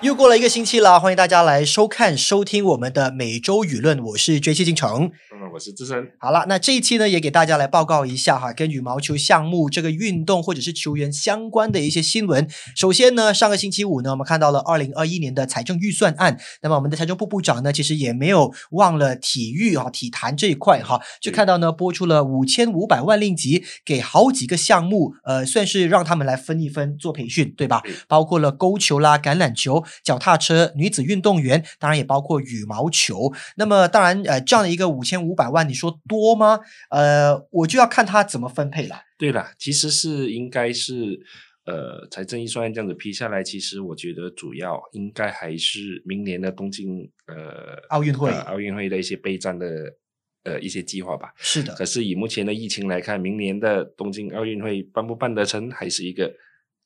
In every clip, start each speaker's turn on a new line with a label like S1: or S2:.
S1: 又过了一个星期啦，欢迎大家来收看、收听我们的每周舆论，我是追妻进城。
S2: 嗯，我是志深。
S1: 好了，那这一期呢，也给大家来报告一下哈，跟羽毛球项目这个运动或者是球员相关的一些新闻。首先呢，上个星期五呢，我们看到了二零二一年的财政预算案，那么我们的财政部部长呢，其实也没有忘了体育哈、体坛这一块哈，就看到呢拨出了五千五百万令吉给好几个项目，呃，算是让他们来分一分做培训，
S2: 啊
S1: 对吧？包括了勾球啦、橄榄球、脚踏车、女子运动员，当然也包括羽毛球。那么当然，呃，这样的一个五千五百万，你说多吗？呃，我就要看他怎么分配了。
S2: 对啦，其实是应该是呃，财政预算案这样子批下来，其实我觉得主要应该还是明年的东京呃
S1: 奥运会
S2: 呃奥运会的一些备战的呃一些计划吧。
S1: 是的，
S2: 可是以目前的疫情来看，明年的东京奥运会办不办得成，还是一个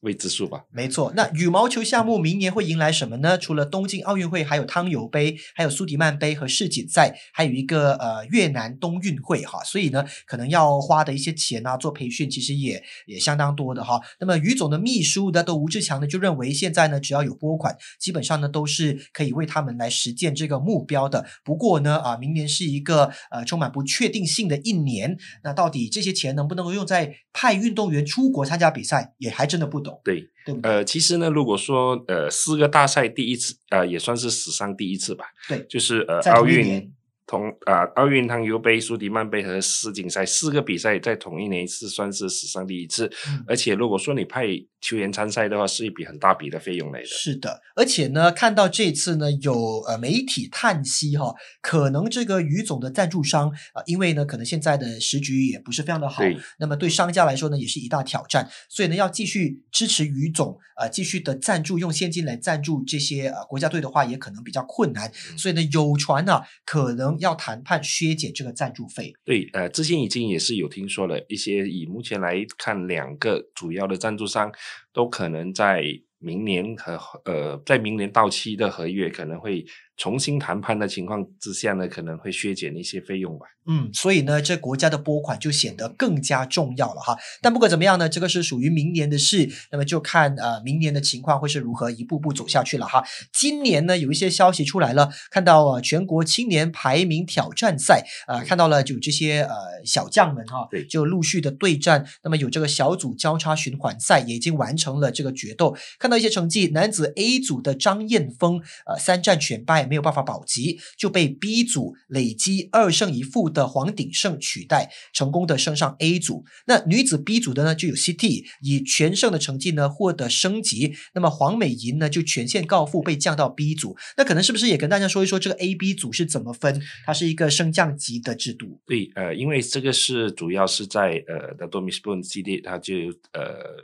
S2: 未知数吧。
S1: 没错。那羽毛球项目明年会迎来什么呢？除了东京奥运会，还有汤尤杯，还有苏迪曼杯和世锦赛，还有一个呃越南冬运会哈。所以呢，可能要花的一些钱啊，做培训其实也也相当多的哈。那么于总的秘书呢，的吴志强呢，就认为现在呢，只要有拨款，基本上呢都是可以为他们来实践这个目标的。不过呢，啊，明年是一个呃充满不确定性的一年，那到底这些钱能不能够用在派运动员出国参加比赛，也还真的不懂，
S2: 对，
S1: 对不对？
S2: 呃，其实呢，如果说呃四个大赛第一次，呃，也算是史上第一次吧。
S1: 对
S2: 就是呃
S1: 在
S2: 奥
S1: 同一
S2: 运
S1: 年
S2: 同啊、奥运汤尤杯、苏迪曼杯和世锦赛四个比赛在同一年是算是史上第一次。
S1: 嗯
S2: 而且如果说你派球员参赛的话，是一笔很大笔的费用来的。
S1: 是的，而且呢，看到这次呢，有呃媒体叹息哈、可能这个于总的赞助商啊、呃因为呢，可能现在的时局也不是非常的好，
S2: 对，
S1: 那么对商家来说呢，也是一大挑战，所以呢，要继续支持于总，呃，继续的赞助，用现金来赞助这些呃国家队的话，也可能比较困难。
S2: 嗯
S1: 所以呢，有传呢、可能要谈判削减这个赞助费。
S2: 对，呃，之前已经也是有听说了一些，以目前来看，两个主要的赞助商都可能在明年和呃，在明年到期的合约可能会重新谈判的情况之下呢，可能会削减一些费用吧。
S1: 嗯，所以呢，这国家的拨款就显得更加重要了哈。但不管怎么样呢，这个是属于明年的事，那么就看呃明年的情况会是如何一步步走下去了哈。今年呢，有一些消息出来了，看到呃全国青年排名挑战赛，呃，看到了有这些呃小将们哈
S2: 对，
S1: 就陆续的对战，那么有这个小组交叉循环赛也已经完成了这个决斗，看到一些成绩，男子 A 组的张燕峰，呃，三战全败，没有办法保级，就被 B 组累积二胜一负的黄鼎胜取代，成功的升上 A 组。那女子 B 组的呢，就有 CT 以全胜的成绩呢获得升级，那么黄美莹呢就全线告负被降到 B 组。那可能是不是也跟大家说一说这个 A、B 组是怎么分？它是一个升降级的制度。
S2: 对，呃，因为这个是主要是在呃 The d o m i s p o n 系列，他就呃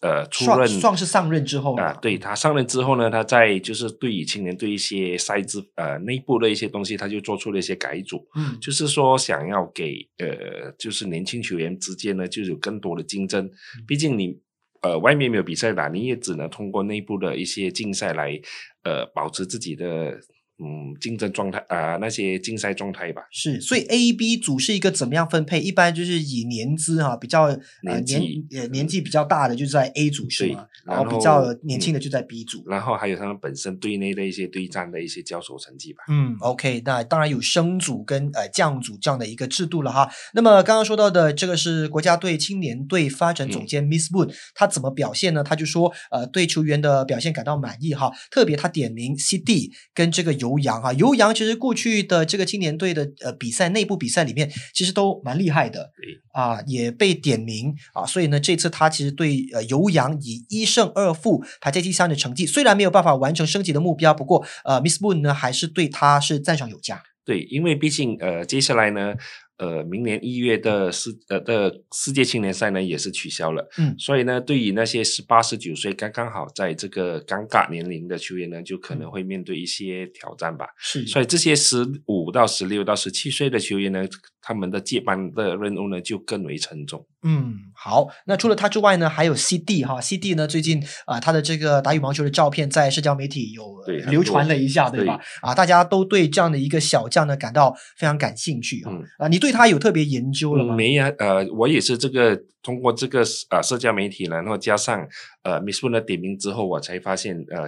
S2: 呃出
S1: 算
S2: 任
S1: 算是上任之后
S2: 啊、
S1: 了
S2: 对他上任之后呢，他在就是对于青年对一些赛制呃内部的一些东西，他就做出了一些改组，
S1: 嗯，
S2: 就是说想要给呃就是年轻球员之间呢，就有更多的竞争，毕竟你。呃，外面没有比赛打，你也只能通过内部的一些竞赛来，呃，保持自己的嗯竞争状态啊、那些竞赛状态吧。
S1: 是，所以 A、B 组是一个怎么样分配？一般就是以年资哈、比较呃
S2: 年
S1: 年
S2: 纪嗯
S1: 呃年纪比较大的就在 A 组是
S2: 对
S1: 吗？
S2: 然
S1: 然后比
S2: 后
S1: 较年轻
S2: 嗯
S1: 的就在 B 组。
S2: 然后还有他们本身队内的一些对战的一些交手成绩吧。
S1: 嗯，OK，那当然有升组跟呃降组这样的一个制度了哈。那么刚刚说到的这个是国家队青年队发展
S2: 嗯
S1: 总监 Miss Moon，、他怎么表现呢？他就说呃对球员的表现感到满意哈，特别他点名 CD 跟这个尤洋哈，尤洋其实过去的这个青年队的呃比赛内部比赛里面其实都蛮厉害的
S2: 对。
S1: 啊，也被点名啊，所以呢，这次他其实对呃尤洋以一胜二负排在第三的成绩，虽然没有办法完成升级的目标，不过呃，Miss Moon 呢还是对他是赞赏有加。
S2: 对，因为毕竟呃，接下来呢，呃，明年一月的世呃的世界青年赛呢也是取消了，
S1: 嗯
S2: 所以呢，对于那些十八十九岁刚刚好在这个尴尬年龄的球员呢，就可
S1: 嗯
S2: 能会面对一些挑战吧。
S1: 是
S2: 所以这些十五到十六到十七岁的球员呢，他们的接班的任务呢就更为沉重。
S1: 嗯，好。那除了他之外呢，还有 CD 哈，CD 呢最近啊、他的这个打羽毛球的照片在社交媒体有呃
S2: 对很
S1: 流传
S2: 多
S1: 了一下，对
S2: 对
S1: 吧？啊，大家都对这样的一个小将呢感到非常感兴趣哈。
S2: 嗯
S1: 啊，你对他有特别研究了吗？
S2: 嗯，没呀、呃，我也是这个通过这个呃社交媒体，然后加上呃 Miss Wu 的点名之后，我才发现呃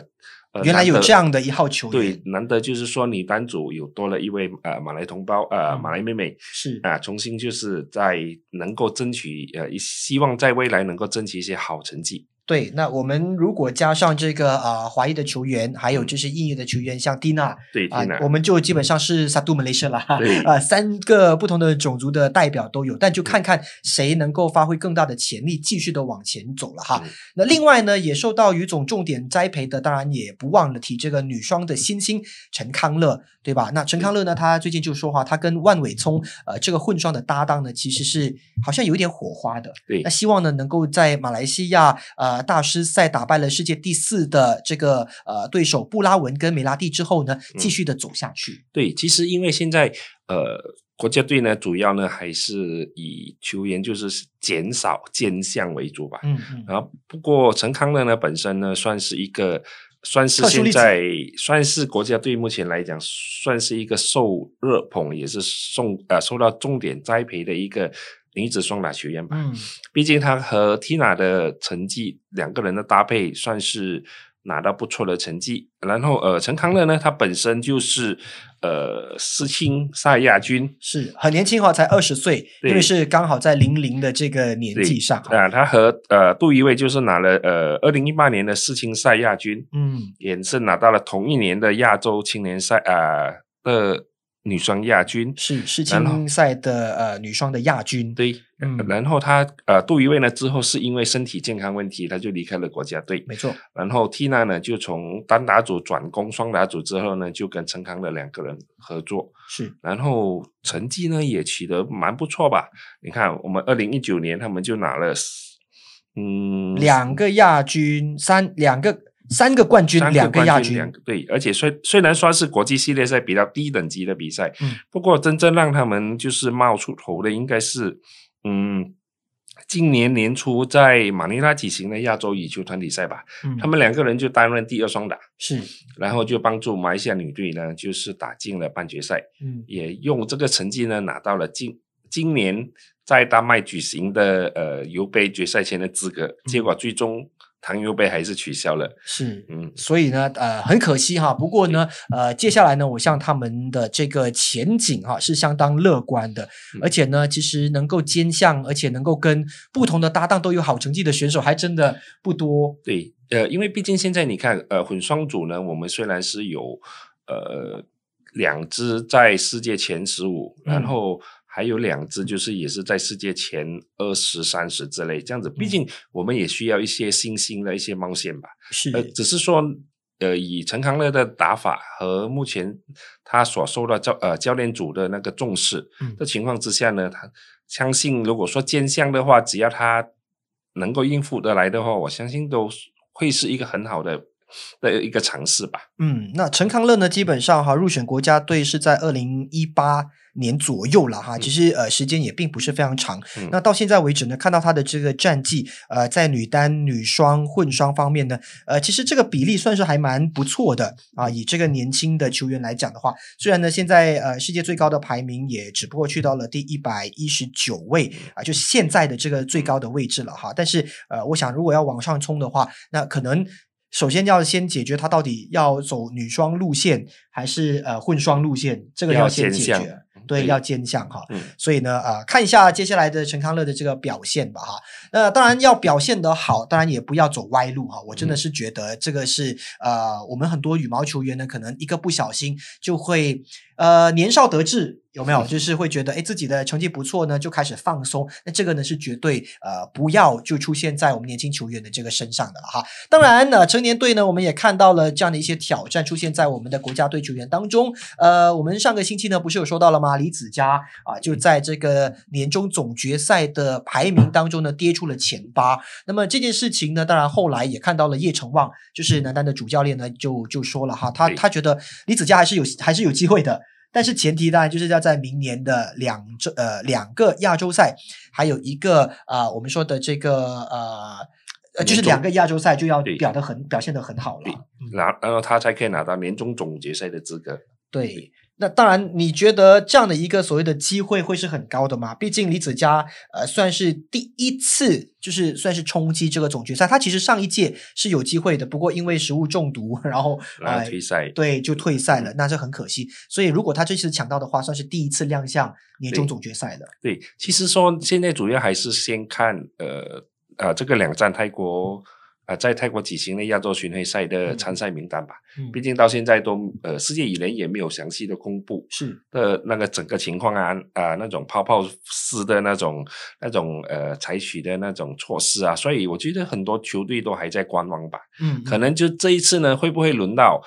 S2: 呃
S1: 原来有
S2: 难得
S1: 这样的一号球员，
S2: 对，难得就是说你单组有多了一位呃马来同胞呃
S1: 嗯
S2: 马来妹妹
S1: 是
S2: 啊、重新就是在能够争取呃，一希望在未来能够争取一些好成绩。
S1: 对。那我们如果加上这个啊、华裔的球员，还有就是印尼的球员，像蒂娜
S2: 对，
S1: 啊
S2: 天哪，，
S1: 我们就基本上是萨杜门雷舍了哈
S2: 对，
S1: 啊，三个不同的种族的代表都有，但就看看谁能够发挥更大的潜力，继续的往前走了哈
S2: 嗯。
S1: 那另外呢，也受到于总重点栽培的，当然也不忘了提这个女双的新星陈康乐，对吧？那陈康乐呢，他最近就说话，他跟万伟聪呃这个混双的搭档呢，其实是好像有一点火花的。
S2: 对
S1: 那希望呢能够在马来西亚呃大师赛打败了世界第四的这个呃对手布拉文跟梅拉蒂之后呢，继
S2: 嗯
S1: 续的走下去。
S2: 对，其实因为现在呃，国家队呢，主要呢还是以球员就是减少健项为主吧。
S1: 嗯嗯，
S2: 然后，不过陈康乐呢本身呢算是一个，算是
S1: 特殊
S2: 现
S1: 例子
S2: 在算是国家队目前来讲算是一个受热捧，也是受呃受到重点栽培的一个女子双打球员吧。
S1: 嗯
S2: 毕竟她和 Tina 的成绩，两个人的搭配算是拿到不错的成绩。然后呃，陈康乐呢，他本身就是呃世青赛亚军，
S1: 是很年轻哈，才二十岁，
S2: 对
S1: 因为是刚好在零零的这个年
S2: 对
S1: 纪上哈。
S2: 啊、他和呃杜一卫就是拿了呃二零一八年的世青赛亚军，
S1: 嗯，
S2: 也是拿到了同一年的亚洲青年赛啊、呃、的女双亚军。
S1: 是世
S2: 然后
S1: 青赛的呃女双的亚军。
S2: 对，
S1: 嗯
S2: 然后他呃杜一卫呢之后是因为身体健康问题，他就离开了国家队。
S1: 没错，
S2: 然后 Tina 呢就从单打组转攻双打组之后呢，就跟陈康的两个人合作，
S1: 是
S2: 然后成绩呢也取得蛮不错吧。你看，我们二零一九年他们就拿了四，嗯，
S1: 两个亚军，三两个三个冠军，
S2: 三
S1: 两
S2: 个
S1: 个亚
S2: 军，两
S1: 军。
S2: 个对，而且虽虽然说是国际系列赛比较低等级的比赛，
S1: 嗯
S2: 不过真正让他们就是冒出头的应该是，嗯。今年年初在马尼拉举行的亚洲羽球团体赛吧，
S1: 嗯
S2: 他们两个人就担任第二双打，
S1: 是
S2: 然后就帮助马来西亚女队呢，就是打进了半决赛，
S1: 嗯
S2: 也用这个成绩呢拿到了今今年在丹麦举行的呃尤杯决赛前的资格。
S1: 嗯
S2: 结果最终唐尤杯还是取消了。
S1: 是。
S2: 嗯，
S1: 所以呢，呃，很可惜哈。不过呢，呃，接下来呢，我向他们的这个前景哈是相当乐观的，
S2: 嗯
S1: 而且呢，其实能够兼项，而且能够跟不同的搭档都有好成绩的选手还真的不多。
S2: 对，呃，因为毕竟现在你看，呃，混双组呢，我们虽然是有呃两支在世界前十五，
S1: 嗯
S2: 然后。还有两支就是也是在世界前二十、三十之类这样子，毕竟我们也需要一些新兴的一些冒险吧。
S1: 是
S2: 呃，只是说，呃，以陈康乐的打法和目前他所受到教呃教练组的那个重视
S1: 嗯
S2: 的情况之下呢，他相信如果说兼项的话，只要他能够应付得来的话，我相信都是会是一个很好的的一个尝试吧。
S1: 嗯，那陈康乐呢，基本上哈入选国家队是在二零一八年左右了哈，其实呃时间也并不是非常长。
S2: 嗯
S1: 那到现在为止呢，看到他的这个战绩，呃，在女单、女双、混双方面呢，呃，其实这个比例算是还蛮不错的啊。以这个年轻的球员来讲的话，虽然呢现在呃世界最高的排名也只不过去到了第一百一十九位
S2: 嗯
S1: 啊，就现在的这个最高的位置了哈，但是呃，我想如果要往上冲的话，那可能首先要先解决他到底要走女双路线还是呃混双路线，这个
S2: 要
S1: 先
S2: 兼
S1: 解
S2: 项
S1: 决。对，要兼项哈。
S2: 嗯
S1: 所以呢，呃，看一下接下来的陈康乐的这个表现吧哈。那当然要表现得好，当然也不要走歪路哈。我真的是觉得这个是、呃，我们很多羽毛球员呢，可能一个不小心就会呃年少得志，有没有？就是会觉得哎自己的成绩不错呢，就开始放松。那这个呢是绝对呃不要就出现在我们年轻球员的这个身上的了哈。当然呢，成年队呢，我们也看到了这样的一些挑战出现在我们的国家队球员当中。呃，我们上个星期呢，不是有说到了吗？李子嘉啊，就在这个年终总决赛的排名当中呢，跌出了前八。那么这件事情呢，当然后来也看到了叶成旺，就是男单的主教练呢，就就说了哈，他
S2: 对
S1: 他觉得李子嘉还是有还是有机会的。但是前提当然就是要在明年的两周呃两个亚洲赛，还有一个啊、我们说的这个呃呃，就是
S2: 年终
S1: 两个亚洲赛就要
S2: 对
S1: 表得很表现得很好了。哎
S2: 拿然后他才可以拿到年终总决赛的资格。
S1: 对，那当然，你觉得这样的一个所谓的机会会是很高的吗？毕竟李子嘉呃算是第一次，就是算是冲击这个总决赛。他其实上一届是有机会的，不过因为食物中毒，然后
S2: 然
S1: 呃
S2: 后退赛。
S1: 对就退赛了，那是很可惜。所以如果他这次抢到的话，算是第一次亮相年终
S2: 对
S1: 总决赛的。
S2: 对，其实说现在主要还是先看呃呃这个两站泰国呃在泰国举行的亚洲巡回赛的
S1: 嗯
S2: 参赛名单吧。
S1: 嗯
S2: 毕竟到现在都呃世界羽联也没有详细的公布
S1: 是
S2: 的那个整个情况啊啊、那种泡泡式的那种那种呃采取的那种措施啊，所以我觉得很多球队都还在观望吧。
S1: 嗯，
S2: 可能就这一次呢，会不会轮到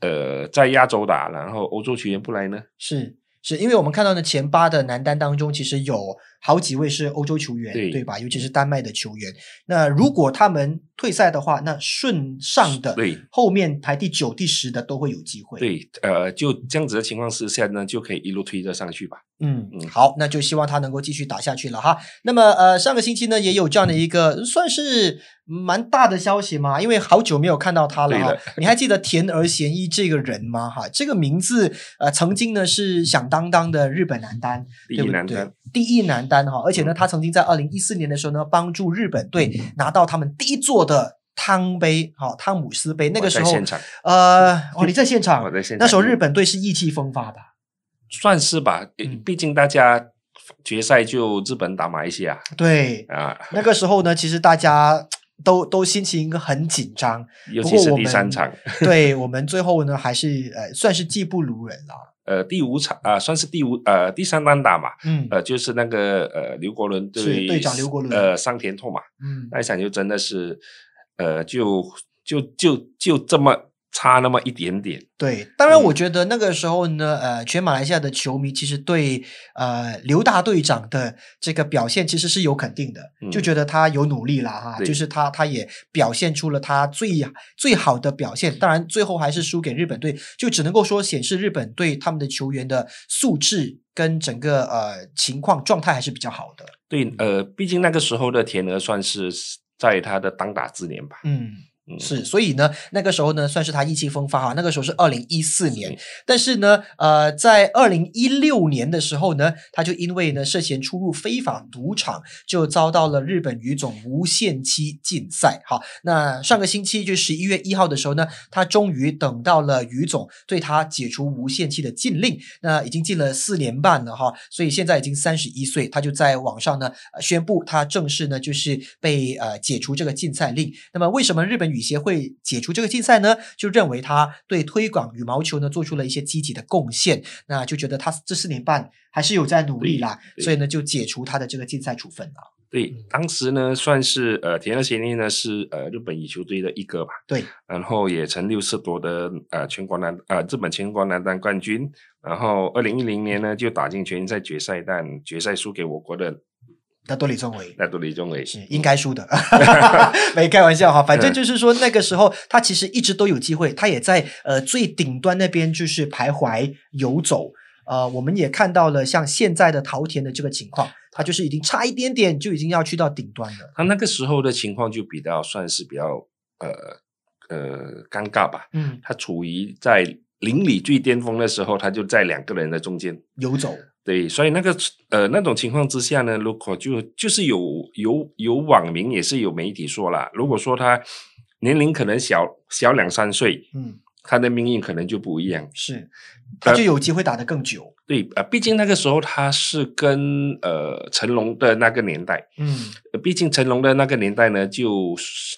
S2: 呃在亚洲打，然后欧洲球员不来呢？
S1: 是是因为我们看到的前八的男单当中，其实有好几位是欧洲球员，
S2: 对嗯
S1: 吧？尤其是丹麦的球员。那如果他们退赛的话，那顺上的
S2: 对
S1: 后面排第九、第十的都会有机会。，
S2: 对，呃，就这样子的情况之下呢，就可以一路推着上去吧。
S1: 嗯，
S2: 嗯
S1: 好，那就希望他能够继续打下去了哈。那么呃，上个星期呢，也有这样的一个算是蛮大的消息嘛，因为好久没有看到他了哈
S2: 对的。
S1: 你还记得田儿贤一这个人吗？哈，这个名字呃，曾经呢是响当当的日本男单。
S2: 第
S1: 对
S2: 一
S1: 不
S2: 难
S1: 对
S2: 得，？
S1: 第一男单哈，而且
S2: 嗯
S1: 呢，他曾经在二零一四年的时候呢，帮助日本队拿到他们第一座的汤杯，哈，汤姆斯杯。那个
S2: 我
S1: 时
S2: 在
S1: 候，
S2: 现场，
S1: 呃，哦，你在现场
S2: 我，在现场，
S1: 那时候日本队是意气风发吧？
S2: 算是吧，呃
S1: 嗯
S2: 毕竟大家决赛就日本打马来西亚
S1: 对，
S2: 啊，
S1: 那个时候呢，其实大家都 都心情很紧张，
S2: 尤
S1: 不
S2: 其
S1: 过
S2: 是
S1: 我
S2: 第
S1: 们
S2: 三场，
S1: 对我们最后呢，还是呃，算是技不如人了。
S2: 呃，第五场啊、算是第五呃第三单打嘛，
S1: 嗯
S2: 呃，就是那个呃刘国伦
S1: 是
S2: 对
S1: 队长刘国伦
S2: 呃上田拓马
S1: 嗯，
S2: 那一场就真的是呃就就就就这么差那么一点点，
S1: 对，当然，
S2: 嗯
S1: 我觉得那个时候呢，呃，全马来西亚的球迷其实对呃刘大队长的这个表现其实是有肯定的，
S2: 嗯
S1: 就觉得他有努力啦，哈，
S2: 对
S1: 就是他他也表现出了他最最好的表现，当然最后还是输给日本队，就只能够说显示日本队他们的球员的素质跟整个呃情况状态还是比较好的，
S2: 对，呃，毕竟那个时候的田鹅算是在他的当打之年吧，
S1: 嗯。
S2: 嗯，
S1: 是，所以呢，那个时候呢，算是他意气风发哈。那个时候是二零一四年，但是呢，呃，在二零一六年的时候呢，他就因为呢涉嫌出入非法赌场，就遭到了日本羽总无限期禁赛。好，那上个星期就十一月一号的时候呢，他终于等到了羽总对他解除无限期的禁令，那已经禁了四年半了哈，所以现在已经三十一岁，他就在网上呢、呃宣布他正式呢就是被呃解除这个禁赛令。那么为什么日本羽协会解除这个禁赛呢？就认为他对推广羽毛球呢做出了一些积极的贡献，那就觉得他这四年半还是有在努力啦，
S2: 对对
S1: 所以呢就解除他的这个禁赛处分了。
S2: 对，当时呢算是呃田鹅贤一呢是呃日本羽球队的一哥吧，
S1: 对，
S2: 然后也曾六次夺得呃全国男呃日本全国男单冠军，然后二零一零年呢就打进全运赛决赛，但决赛输给我国的
S1: 那多里宗伟。
S2: 那杜里宗伟，
S1: 是应该输 的， 没开玩笑哈。反正就是说，那个时候他其实一直都有机会，他也在呃最顶端那边就是徘徊游走。呃，我们也看到了像现在的桃田的这个情况，他就是已经差一点点就已经要去到顶端了。
S2: 他那个时候的情况就比较算是比较呃呃尴尬吧，
S1: 嗯，
S2: 他处于在邻里最巅峰的时候，他就在两个人的中间。
S1: 游走，
S2: 对，所以那个呃那种情况之下呢，如果就就是有有有网民也是有媒体说啦，如果说他年龄可能小小两三岁，
S1: 嗯，
S2: 他的命运可能就不一样。
S1: 是，他就有机会打得更久。
S2: 对，呃，毕竟那个时候他是跟呃成龙的那个年代，
S1: 嗯，
S2: 呃毕竟成龙的那个年代呢，就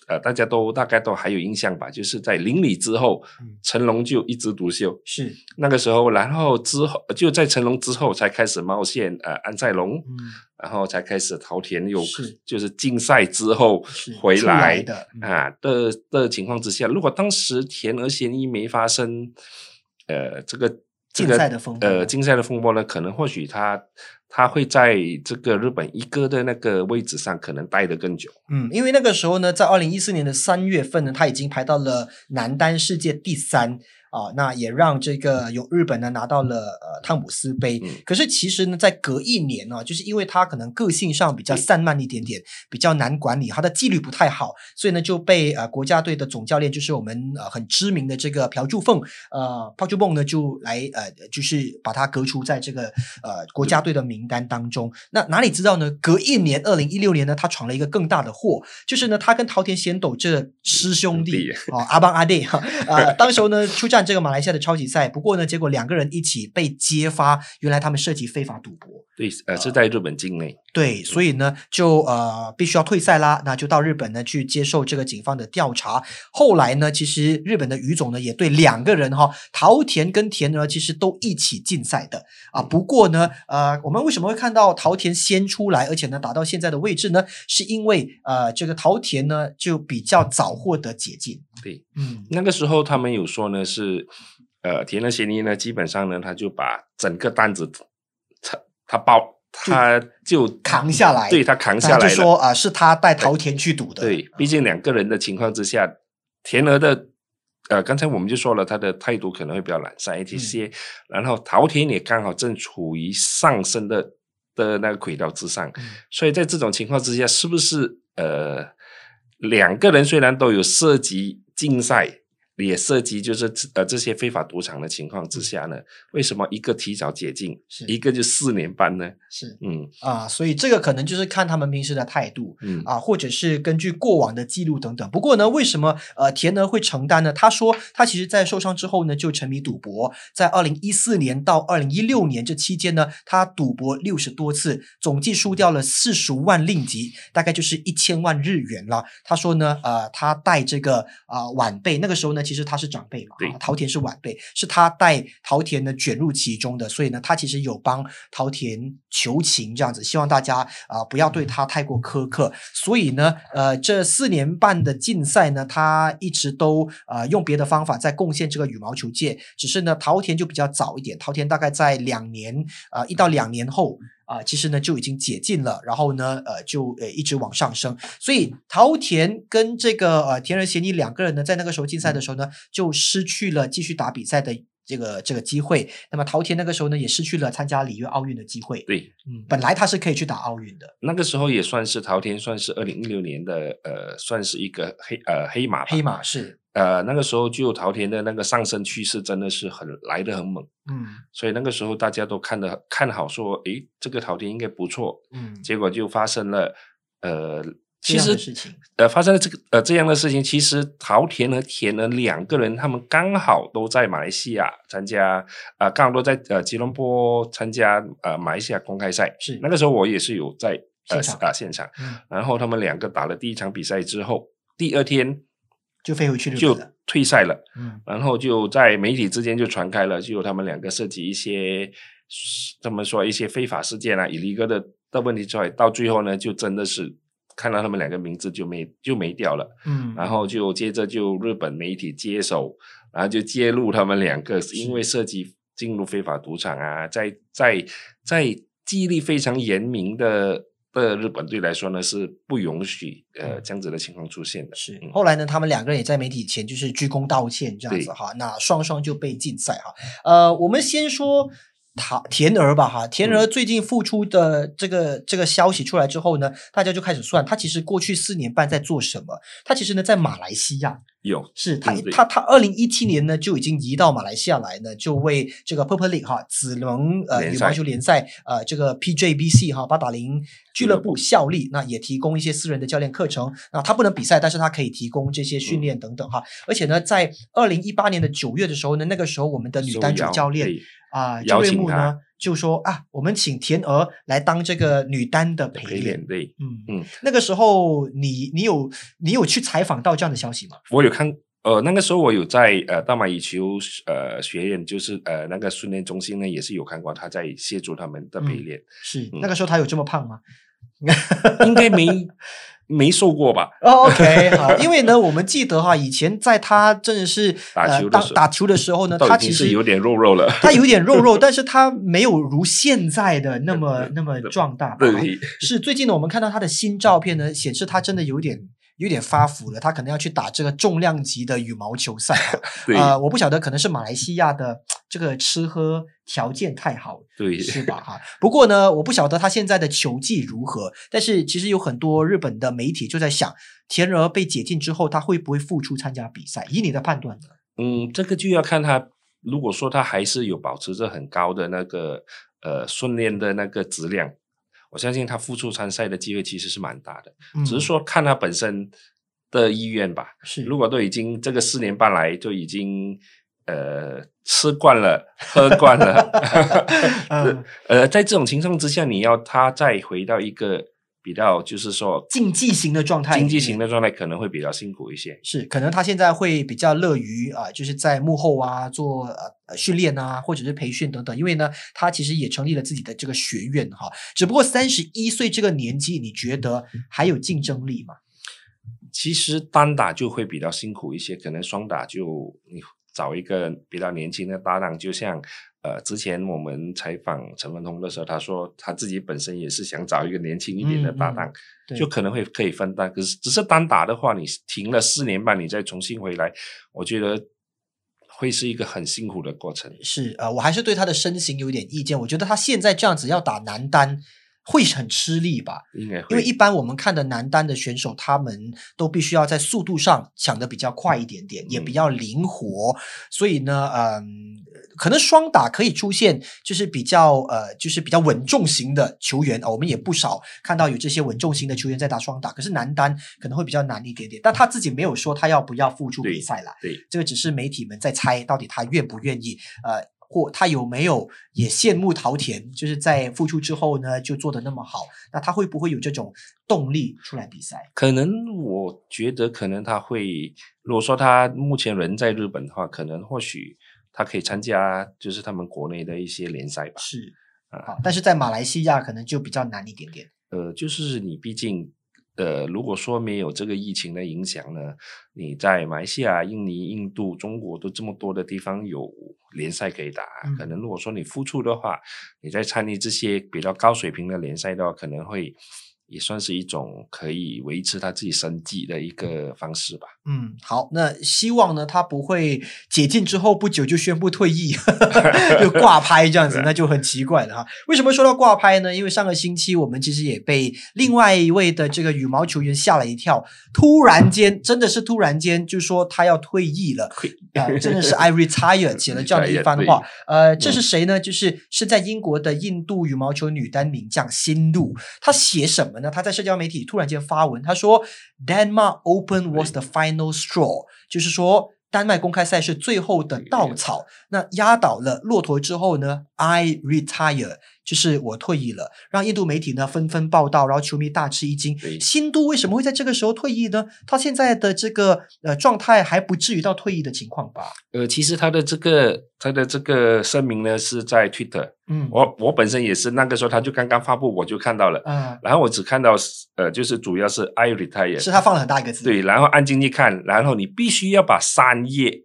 S2: 呃大家都大概都还有印象吧，就是在邻里之后
S1: 嗯，
S2: 成龙就一枝独秀。
S1: 是，
S2: 那个时候，然后之后就在成龙之后才开始冒险，呃，安塞龙，
S1: 嗯，
S2: 然后才开始桃田有
S1: 是
S2: 就是竞赛之后
S1: 是
S2: 回
S1: 出
S2: 来
S1: 来的嗯
S2: 啊的的情况之下，如果当时田鹅贤一没发生，呃，这个这
S1: 竞
S2: 个
S1: 赛的风波
S2: 呃竞赛的风波呢，可能或许他他会在这个日本一哥的那个位置上可能待得更久。
S1: 嗯，因为那个时候呢，在二零一四年的三月份呢，他已经排到了男单世界第三。啊，那也让这个有日本呢拿到了呃汤姆斯杯。
S2: 嗯
S1: 可是其实呢，在隔一年呢、就是因为他可能个性上比较散漫一点点，比较难管理，他的纪律不太好，所以呢就被呃国家队的总教练，就是我们呃很知名的这个朴柱凤，呃朴柱凤呢就来呃就是把他革除在这个呃国家队的名单当中。那哪里知道呢？隔一年，二零一六年呢，他闯了一个更大的祸，就是呢他跟桃田贤斗这师兄弟
S2: 弟
S1: 哦阿邦阿đệ哈 啊，当时候呢出战这个马来西亚的超级赛，不过呢结果两个人一起被揭发，原来他们涉及非法赌博。
S2: 对，呃，是在日本境内，
S1: 对，所以呢，就呃必须要退赛啦，那就到日本呢去接受这个警方的调查。后来呢，其实日本的于总呢也对两个人哈、桃田跟田呢其实都一起禁赛的啊。不过呢，呃，我们为什么会看到桃田先出来，而且呢达到现在的位置呢？是因为呃这个桃田呢就比较早获得解禁。
S2: 对，
S1: 嗯，
S2: 那个时候他们有说呢是，呃，田了嫌疑呢，基本上呢，他就把整个担子，他他包他就
S1: 扛下来
S2: 对他扛下
S1: 他
S2: 来
S1: 就
S2: 了。
S1: 说啊、是他带桃田去赌的。嗯
S2: 对，毕竟两个人的情况之下，田鹅的呃，刚才我们就说了，他的态度可能会比较懒散一
S1: 嗯
S2: 些些，然后桃田也刚好正处于上升的的那个轨道之上，
S1: 嗯
S2: 所以在这种情况之下，是不是呃，两个人虽然都有涉及竞赛。也涉及就是呃这些非法赌场的情况
S1: 嗯
S2: 之下呢，为什么一个提早解禁，
S1: 是
S2: 一个就四年半呢？
S1: 是
S2: 嗯
S1: 啊、所以这个可能就是看他们平时的态度。
S2: 嗯
S1: 啊，或者是根据过往的记录等等。不过呢，为什么呃田呢会承担呢？他说他其实在受伤之后呢就沉迷赌博，在二零一四年到二零一六年这期间呢，他赌博六十多次，总计输掉了四十万令吉，大概就是一千万日元了。他说呢，呃，他带这个啊、呃晚辈，那个时候呢其实他是长辈嘛，
S2: 对
S1: 啊桃田是晚辈，是他带桃田呢卷入其中的，所以呢他其实有帮桃田求情这样子，希望大家啊、不要对他太过苛刻。所以呢，呃，这四年半的竞赛呢，他一直都呃用别的方法在贡献这个羽毛球界，只是呢，桃田就比较早一点，桃田大概在两年啊、呃一到两年后。啊、其实呢就已经解禁了，然后呢，呃，就呃一直往上升，所以桃田跟这个呃田仁贤一两个人呢，在那个时候竞赛的时候呢，就失去了继续打比赛的这个这个机会。那么桃田那个时候呢，也失去了参加里约奥运的机会。
S2: 对，
S1: 嗯，本来他是可以去打奥运的
S2: 那个时候也算是桃田，算是二零一六年的呃，算是一个黑呃黑马吧。
S1: 黑马是，
S2: 呃，那个时候就桃田的那个上升趋势真的是很来的很猛，
S1: 嗯
S2: 所以那个时候大家都看的看好说，诶，这个桃田应该不错。
S1: 嗯，
S2: 结果就发生了呃，
S1: 这
S2: 其
S1: 样的
S2: 实
S1: 事情
S2: 呃发生了这个呃这样的事情，其实桃田和田呢两个人他们刚好都在马来西亚参加呃，刚好都在呃吉隆坡参加呃马来西亚公开赛。
S1: 是
S2: 那个时候我也是有在
S1: 现
S2: 呃
S1: 场
S2: 啊、现场。
S1: 嗯
S2: 然后他们两个打了第一场比赛之后，第二天
S1: 就飞回去日本
S2: 就
S1: 了
S2: 退赛了，
S1: 嗯
S2: 然后就在媒体之间就传开了，就有他们两个涉及一些他们说一些非法事件啊、以离哥的的问题出来，到最后呢，就真的是看到他们两个名字就没就没掉了，
S1: 嗯，
S2: 然后就接着就日本媒体接手，然后就揭露他们两个因为涉及进入非法赌场啊，在在在纪律非常严明的的日本队来说呢，是不允许
S1: 嗯
S2: 呃这样子的情况出现的。
S1: 是
S2: 嗯，
S1: 后来呢，他们两个人也在媒体前就是鞠躬道歉这样子
S2: 对
S1: 哈，那双双就被禁赛哈。呃，我们先说他田儿吧哈，田
S2: 嗯
S1: 儿最近复出的这个、这个消息出来之后呢，大家就开始算他其实过去四年半在做什么。他其实呢在马来西亚，
S2: 有
S1: 是他
S2: 嗯对
S1: 他他二零一七年呢就已经移到马来西亚来呢，就为这个 Purple League 哈子龙呃
S2: 联
S1: 羽
S2: 赛
S1: 毛球联赛呃这个 PJBC 哈八打零俱乐部效力，那也提供一些私人的教练课程。那他不能比赛，但是他可以提供这些
S2: 嗯
S1: 训练等等哈。而且呢，在二零一八年的九月的时候呢，那个时候我们的女单
S2: 呃受
S1: 主
S2: 邀
S1: 教练
S2: 对
S1: 啊周
S2: 邀
S1: 瑞
S2: 请
S1: 木呢
S2: 他
S1: 就说啊，我们请田娥来当这个女单的陪
S2: 陪练
S1: 练。
S2: 对，
S1: 嗯嗯
S2: 嗯，
S1: 那个时候你你有你有去采访到这样的消息吗？
S2: 我有看。呃，那个时候我有在呃大马羽球呃学院，就是呃那个训练中心呢，也是有看过他在协助他们的陪
S1: 嗯
S2: 练，
S1: 是
S2: 嗯
S1: 那个时候他有这么胖吗？
S2: 应该 没没受过吧？
S1: 哦、o k 好，因为呢，我们记得哈，以前在他真的是
S2: 打
S1: 呃
S2: 球的
S1: 当
S2: 时候
S1: 打球的时候呢，
S2: 到
S1: 他
S2: 已
S1: 其
S2: 经是
S1: 实
S2: 有点肉肉了
S1: 他有点 肉肉，但是他没有如现在的那么那么壮大吧。
S2: 嗯 对，
S1: 是最近呢，我们看到他的新照片呢，显示他真的有点有点发福了，他可能要去打这个重量级的羽毛球赛。
S2: 对、
S1: 呃，我不晓得，可能是马来西亚的这个吃喝条件太好，
S2: 对，
S1: 是 吧？哈，啊不过呢，我不晓得他现在的球技如何，但是其实有很多日本的媒体就在想，田儿被解禁之后，他会不会复出参加比赛？以你的判断呢？
S2: 嗯，这个就要看他，如果说他还是有保持着很高的那个呃训练的那个质量，我相信他复出参赛的机会其实是蛮大的，
S1: 嗯
S2: 只是说看他本身的意愿吧。
S1: 是，
S2: 如果都已经这个四年半来就已经呃吃惯了、喝惯了
S1: 嗯
S2: 呃，在这种情况之下，你要他再回到一个比较就是说
S1: 竞技型的状态，
S2: 经济型的状态，可能会比较辛苦一些。
S1: 是，可能他现在会比较乐于啊、就是在幕后啊做呃呃训练啊，或者是培训等等。因为呢，他其实也成立了自己的这个学院哈。只不过三十一岁这个年纪，你觉得还有竞争力吗？
S2: 其实单打就会比较辛苦一些，可能双打就你找一个比较年轻的搭档，就像呃之前我们采访陈文通的时候，他说他自己本身也是想找一个年轻一点的搭档，
S1: 嗯对
S2: 就可能会可以分担。可是只是单打的话，你停了四年半，你再重新回来，我觉得会是一个很辛苦的过程。
S1: 是呃，我还是对他的身形有点意见。我觉得他现在这样子要打男单，会很吃力吧？
S2: 应该会
S1: 因为一般我们看的男单的选手，他们都必须要在速度上抢得比较快一点点，也比较灵活，所以呢，嗯、可能双打可以出现就是比较呃，就是比较稳重型的球员啊、我们也不少看到有这些稳重型的球员在打双打，可是男单可能会比较难一点点。但他自己没有说他要不要复出比赛啦，
S2: 对，
S1: 这个只是媒体们在猜到底他愿不愿意，呃。或他有没有也羡慕桃田，就是在复出之后呢，就做的那么好，那他会不会有这种动力出来比赛？
S2: 可能我觉得可能他会，如果说他目前人在日本的话，可能或许他可以参加就是他们国内的一些联赛吧。
S1: 是
S2: 啊
S1: 啊，但是在马来西亚可能就比较难一点点。
S2: 呃，就是你毕竟。呃，如果说没有这个疫情的影响呢，你在马来西亚、印尼、印度、中国都这么多的地方有联赛可以打，
S1: 嗯
S2: 可能如果说你付出的话，你在参与这些比较高水平的联赛的话，可能会也算是一种可以维持他自己生计的一个方式吧。
S1: 嗯，好，那希望呢，他不会解禁之后不久就宣布退役， 就挂拍这样 子，那就很奇怪了哈。为什么说到挂拍呢？因为上个星期我们其实也被另外一位的这个羽毛球员吓了一跳，突然间，真的是突然间就说他要退役了，啊、真的是 I retire 写了这样的一 番话。呃，这是谁呢？就是是在英国的印度羽毛球女单名将辛露，她写什么呢？她在社交媒体突然间发文，她说 Denmark Open was the final straw，就是说。丹麦公开赛是最后的稻草，那压倒了骆驼之后呢？I retire，就是我退役了，让印度媒体呢纷纷报道，然后球迷大吃一惊。
S2: 对
S1: 新都为什么会在这个时候退役呢？他现在的这个呃状态还不至于到退役的情况吧？
S2: 呃，其实他的这个他的这个声明呢是在 Twitter，
S1: 嗯，
S2: 我我本身也是那个时候他就刚刚发布，我就看到了，
S1: 啊、
S2: 然后我只看到是呃，就是主要是 I retire，
S1: 是他放了很大一个字，
S2: 对，然后按进去看，然后你必须要把三页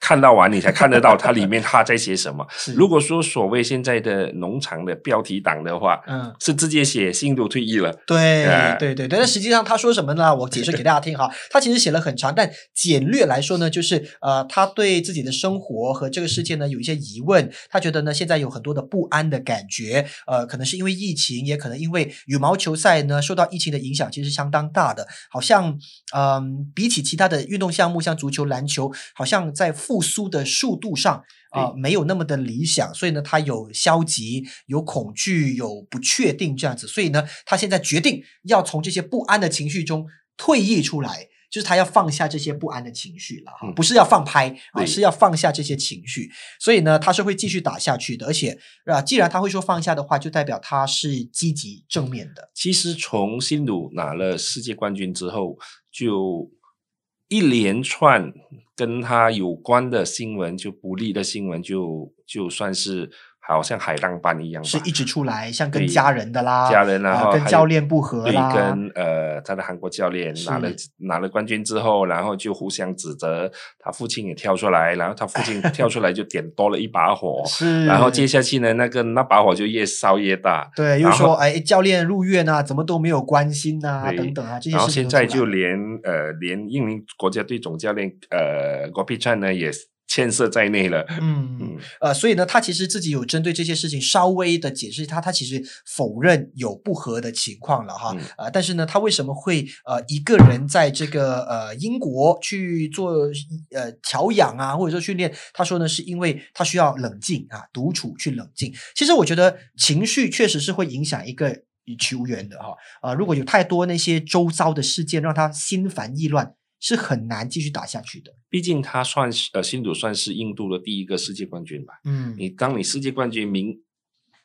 S2: 看到完，你才看得到它里面他在写什么。
S1: 是，
S2: 如果说所谓现在的农场的标题党的话，
S1: 嗯。
S2: 是直接写信都退役了，
S1: 对
S2: 哎
S1: 对对对，但实际上他说什么呢？我解释给大家听哈。他其实写了很长，但简略来说呢，就是呃，他对自己的生活和这个世界呢有一些疑问。他觉得呢，现在有很多的不安的感觉，呃，可能是因为疫情，也可能因为羽毛球赛呢受到疫情的影响，其实相当大的。好像嗯、比起其他的运动项目，像足球、篮球，好像在复苏的速度上啊、
S2: 对
S1: 没有那么的理想，所以呢，他有消极、有恐惧、有不确定这样子，所以呢，他现在决定要从这些不安的情绪中退役出来。就是他要放下这些不安的情绪了哈，
S2: 嗯
S1: 不是要放拍啊，
S2: 对
S1: 是要放下这些情绪。所以呢，他是会继续打下去的。而且啊，既然他会说放下的话，就代表他是积极正面的。
S2: 其实从新鲁拿了世界冠军之后，就一连串跟他有关的新闻，就不利的新闻就，就算是好像海浪般一样吧，
S1: 是一直出来，像跟
S2: 对
S1: 家人的啦，
S2: 家人啊，
S1: 啊
S2: 然后
S1: 跟
S2: 还有
S1: 教练不合
S2: 对，
S1: 啦
S2: 跟呃他的韩国教练拿了拿了冠军之后，然后就互相指责，他父亲也跳出来，然后他父亲跳出来就点多了一把火，
S1: 是，
S2: 然后接下去呢，那个那把火就越烧越大，
S1: 对，又
S2: 然
S1: 说哎，教练入院啊，怎么都没有关心呐、
S2: 对
S1: 等等啊，这些
S2: 然后
S1: 事情
S2: 现
S1: 都
S2: 在
S1: 出来
S2: 就
S1: 了
S2: 连呃连印尼国家队总教练呃郭碧川呢也牵涉在内了，
S1: 嗯。嗯
S2: 嗯，
S1: 呃，所以呢，他其实自己有针对这些事情稍微的解释他，他其实否认有不和的情况了哈
S2: 嗯。
S1: 呃，但是呢，他为什么会呃一个人在这个呃英国去做呃调养啊，或者说训练？他说呢，是因为他需要冷静啊，独处去冷静。其实我觉得情绪确实是会影响一个球员的哈。呃，如果有太多那些周遭的事件让他心烦意乱，是很难继续打下去的。
S2: 毕竟他算是呃新主算是印度的第一个世界冠军吧。
S1: 嗯
S2: 你当你世界冠军名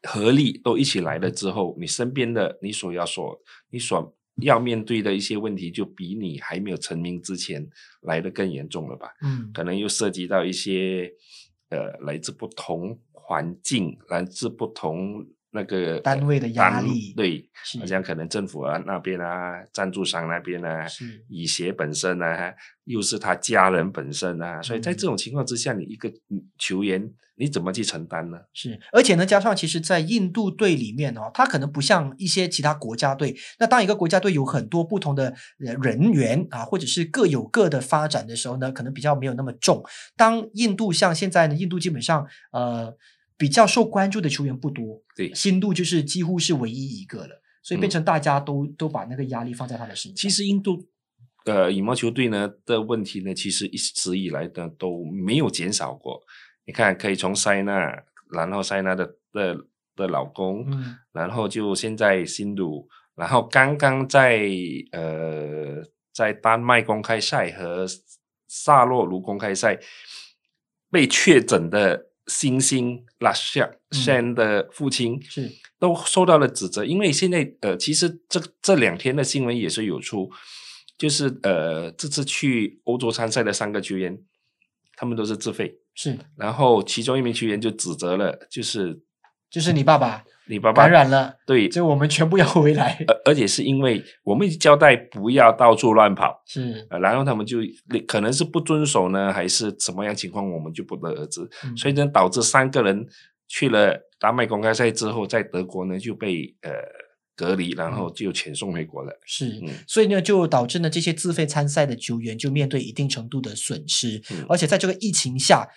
S2: 合力都一起来了之后，你身边的你所要所你所要面对的一些问题，就比你还没有成名之前来的更严重了吧？
S1: 嗯
S2: 可能又涉及到一些呃来自不同环境、来自不同那个呃
S1: 单位的压
S2: 单
S1: 力
S2: 对，
S1: 是
S2: 好像可能政府啊那边啊，赞助商那边啊，
S1: 是
S2: 以鞋本身啊，又是他家人本身啊，所以在这种情况之下，你一个球员你怎么去承担呢？
S1: 是，而且呢，加上其实，在印度队里面哦，它可能不像一些其他国家队。那当一个国家队有很多不同的呃人员啊，或者是各有各的发展的时候呢，可能比较没有那么重。当印度像现在呢，印度基本上呃比较受关注的球员不多，
S2: 对，
S1: 新度就是几乎是唯一一个了，所以变
S2: 嗯
S1: 成大家都、都把那个压力放在他的身上。
S2: 其实印度呃羽毛球队呢的问题呢，其实一直以来呢都没有减少过。你看，可以从塞纳，然后塞纳的的的老公，
S1: 嗯，
S2: 然后就现在新鲁，然后刚刚在呃在丹麦公开赛和萨洛卢公开赛被确诊的新星拉夏山的父亲
S1: 嗯是
S2: 都受到了指责，因为现在呃，其实这这两天的新闻也是有出，就是呃这次去欧洲参赛的三个球员，他们都是自费，
S1: 是，
S2: 然后其中一名球员就指责了，就是
S1: 就是你爸爸
S2: 你爸爸呃
S1: 感染了，
S2: 对
S1: 所以我们全部要回来。
S2: 而而且是因为我们交代不要到处乱跑，
S1: 是，
S2: 呃、然后他们就可能是不遵守呢，还是什么样情况，我们就不得而知。
S1: 嗯
S2: 所以呢，导致三个人去了丹麦公开赛之后，在德国呢就被呃隔离，然
S1: 嗯
S2: 后就遣送回国了。
S1: 是，
S2: 嗯
S1: 所以呢，就导致呢这些自费参赛的球员就面对一定程度的损失，
S2: 嗯
S1: 而且在这个疫情下，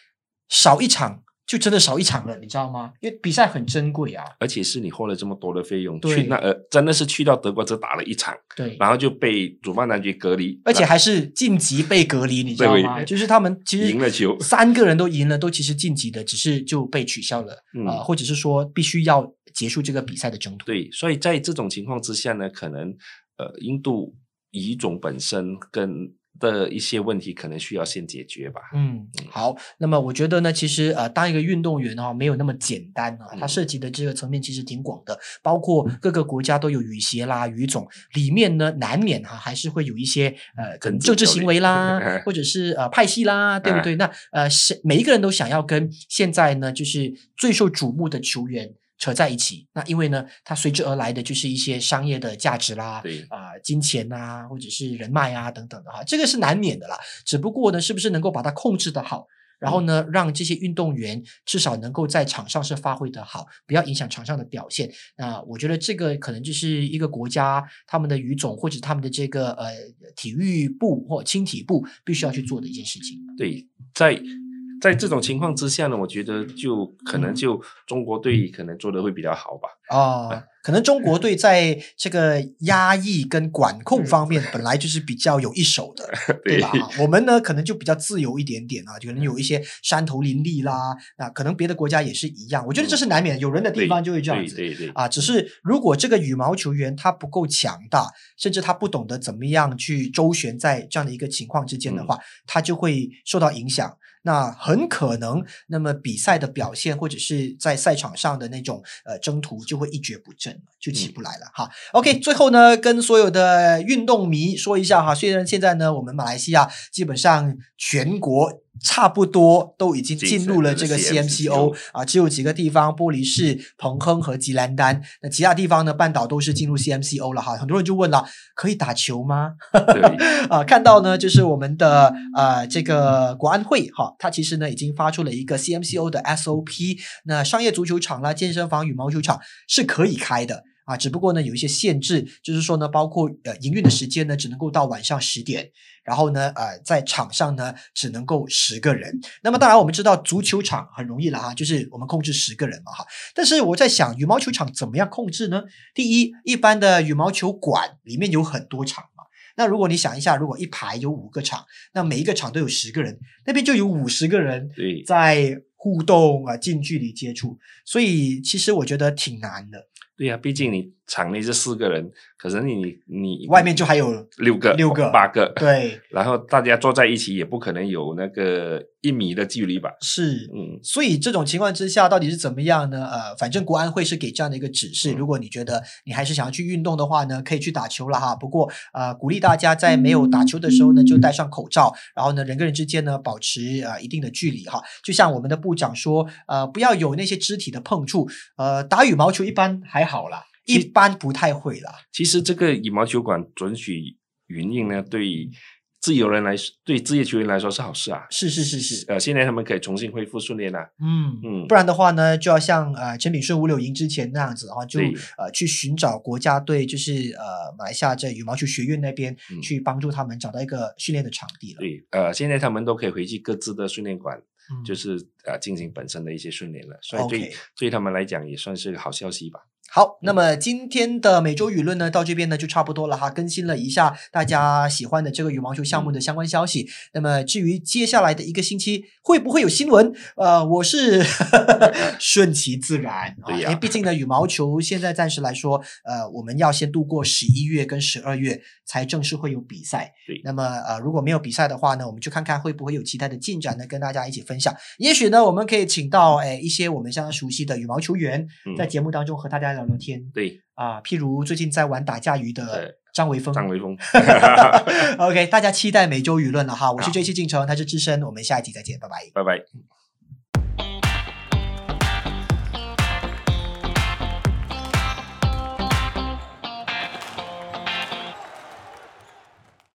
S1: 少一场就真的少一场了，你知道吗？因为比赛很珍贵啊，
S2: 而且是你花了这么多的费用
S1: 对
S2: 去那呃，真的是去到德国只打了一场，
S1: 对，
S2: 然后就被主办单位隔离，
S1: 而且还是晋级被隔离，你知道
S2: 对
S1: 吗？就是他们其实
S2: 赢了球
S1: 三个人都赢了，都其实晋级的，只是就被取消了啊、
S2: 嗯
S1: 呃或者是说必须要结束这个比赛的征途。
S2: 对，所以在这种情况之下呢，可能呃，印度语种本身跟的一些问题，可能需要先解决吧。
S1: 嗯，好。那么我觉得呢，其实呃，当一个运动员哈、没有那么简单啊，它
S2: 嗯
S1: 涉及的这个层面其实挺广的，包括各个国家都有羽协啦、羽总，里面呢难免哈、还是会有一些呃，可能
S2: 政
S1: 政
S2: 治
S1: 治
S2: 角
S1: 行
S2: 力，
S1: 为啦或者是呃派系啦，对不
S2: 啊
S1: 对？那呃，是每一个人都想要跟现在呢，就是最受瞩目的球员。扯在一起，那因为呢，它随之而来的就是一些商业的价值啦，
S2: 对，
S1: 啊、金钱啊，或者是人脉啊等等的哈，这个是难免的啦。只不过呢，是不是能够把它控制的好，然后呢，让这些运动员至少能够在场上是发挥的好，不要影响场上的表现。那我觉得这个可能就是一个国家他们的语总或者他们的这个呃体育部或青体部必须要去做的一件事情。
S2: 对，在在这种情况之下呢，我觉得就可能
S1: 嗯
S2: 就中国队可能做的会比较好吧。
S1: 啊、可能中国队在这个压抑跟管控方面本来就是比较有一手的， 对吧？啊我们呢可能就比较自由一点点啊，可能有
S2: 嗯
S1: 一些山头林立啦，那可能别的国家也是一样。我觉得这是难免，有人的地
S2: 嗯对
S1: 方就会这样
S2: 对
S1: 子。
S2: 对对，
S1: 啊，只是如果这个羽毛球员他不够强大，甚至他不懂得怎么样去周旋在这样的一个情况之间的话，他就会受到影响。那很可能，那么比赛的表现或者是在赛场上的那种呃征途就会一蹶不振，就起
S2: 嗯
S1: 不来了哈。OK，最后呢，跟所有的运动迷说一下哈，虽然现在呢，我们马来西亚基本上全国差不多都已经
S2: 进
S1: 进
S2: 入
S1: 入了
S2: 了
S1: 这个
S2: CMCO
S1: CMCO 啊，只有几个地方，玻璃市、彭亨和吉兰丹，那其他地方呢，半岛都是进入 CMCO 了哈。很多人就问了，可以打球吗？
S2: 对，
S1: 啊，看到呢，就是我们的呃这个国安会哈，它其实呢已经发出了一个 CMCO 的 SOP，那商业足球场啦、健身房、羽毛球场是可以开的。啊，只不过呢有一些限制，就是说呢，包括呃营运的时间呢，只能够到晚上十点，然后呢，呃，在场上呢只能够十个人。那么当然我们知道足球场很容易了哈，就是我们控制十个人嘛哈。但是我在想，羽毛球场怎么样控制呢？第一，一般的羽毛球馆里面有很多场嘛，那如果你想一下，如果一排有五个场，那每一个场都有十个人，那边就有五十个人
S2: 对
S1: 在互动啊，近距离接触，所以其实我觉得挺难的。
S2: 对呀、毕竟你场内是四个人，可是你你
S1: 外面就还有
S2: 六个、
S1: 六个
S2: 八个，
S1: 对
S2: 然后大家坐在一起也不可能有那个一米的距离吧？
S1: 是。
S2: 嗯，
S1: 所以这种情况之下，到底是怎么样呢？呃，反正国安会是给这样的一个指示。如果你觉得你还是想要去运动的话呢，可以去打球了哈。不过呃，鼓励大家在没有打球的时候呢，就戴上口罩，然后呢，人跟人之间呢保持呃一定的距离哈。就像我们的部长说，呃，不要有那些肢体的碰触。呃，打羽毛球一般还好啦，一般不太会啦。
S2: 其实这个羽毛球馆准许云印呢，对自由人来说，对职业球员来说是好事啊。
S1: 是是是是，
S2: 呃，现在他们可以重新恢复训练啦、
S1: 嗯。
S2: 嗯
S1: 不，然的话呢，就要像呃陈炳顺、吴柳莹之前那样子哈，就
S2: 对
S1: 呃去寻找国家队，就是呃马来西亚这羽毛球学院那边、
S2: 嗯
S1: 去帮助他们找到一个训练的场地了。
S2: 对，呃，现在他们都可以回去各自的训练馆，
S1: 嗯
S2: 就是呃进行本身的一些训练了，所以对
S1: OK
S2: 对他们来讲也算是个好消息吧。
S1: 好，那么今天的每周舆论呢，到这边呢就差不多了哈，更新了一下大家喜欢的这个羽毛球项目的相关消息。那么至于接下来的一个星期会不会有新闻， 呃，我是顺其自然啊，
S2: 对
S1: 因
S2: 呀
S1: 为毕竟呢，羽毛球现在暂时来说，呃，我们要先度过十一月跟十二月才正式会有比赛
S2: 对。
S1: 那么呃，如果没有比赛的话呢，我们就看看会不会有其他的进展呢，跟大家一起分享。也许呢，我们可以请到哎一些我们相当熟悉的羽毛球员，
S2: 嗯，
S1: 在节目当中和大家聊聊天
S2: 对
S1: 啊、譬如最近在玩打架鱼的
S2: 对
S1: 张维峰。
S2: 张维峰，
S1: OK，大家期待每周舆论了哈，我是
S2: 好
S1: J C 进程，他是智深，我们下一集再见，拜拜。
S2: 拜拜。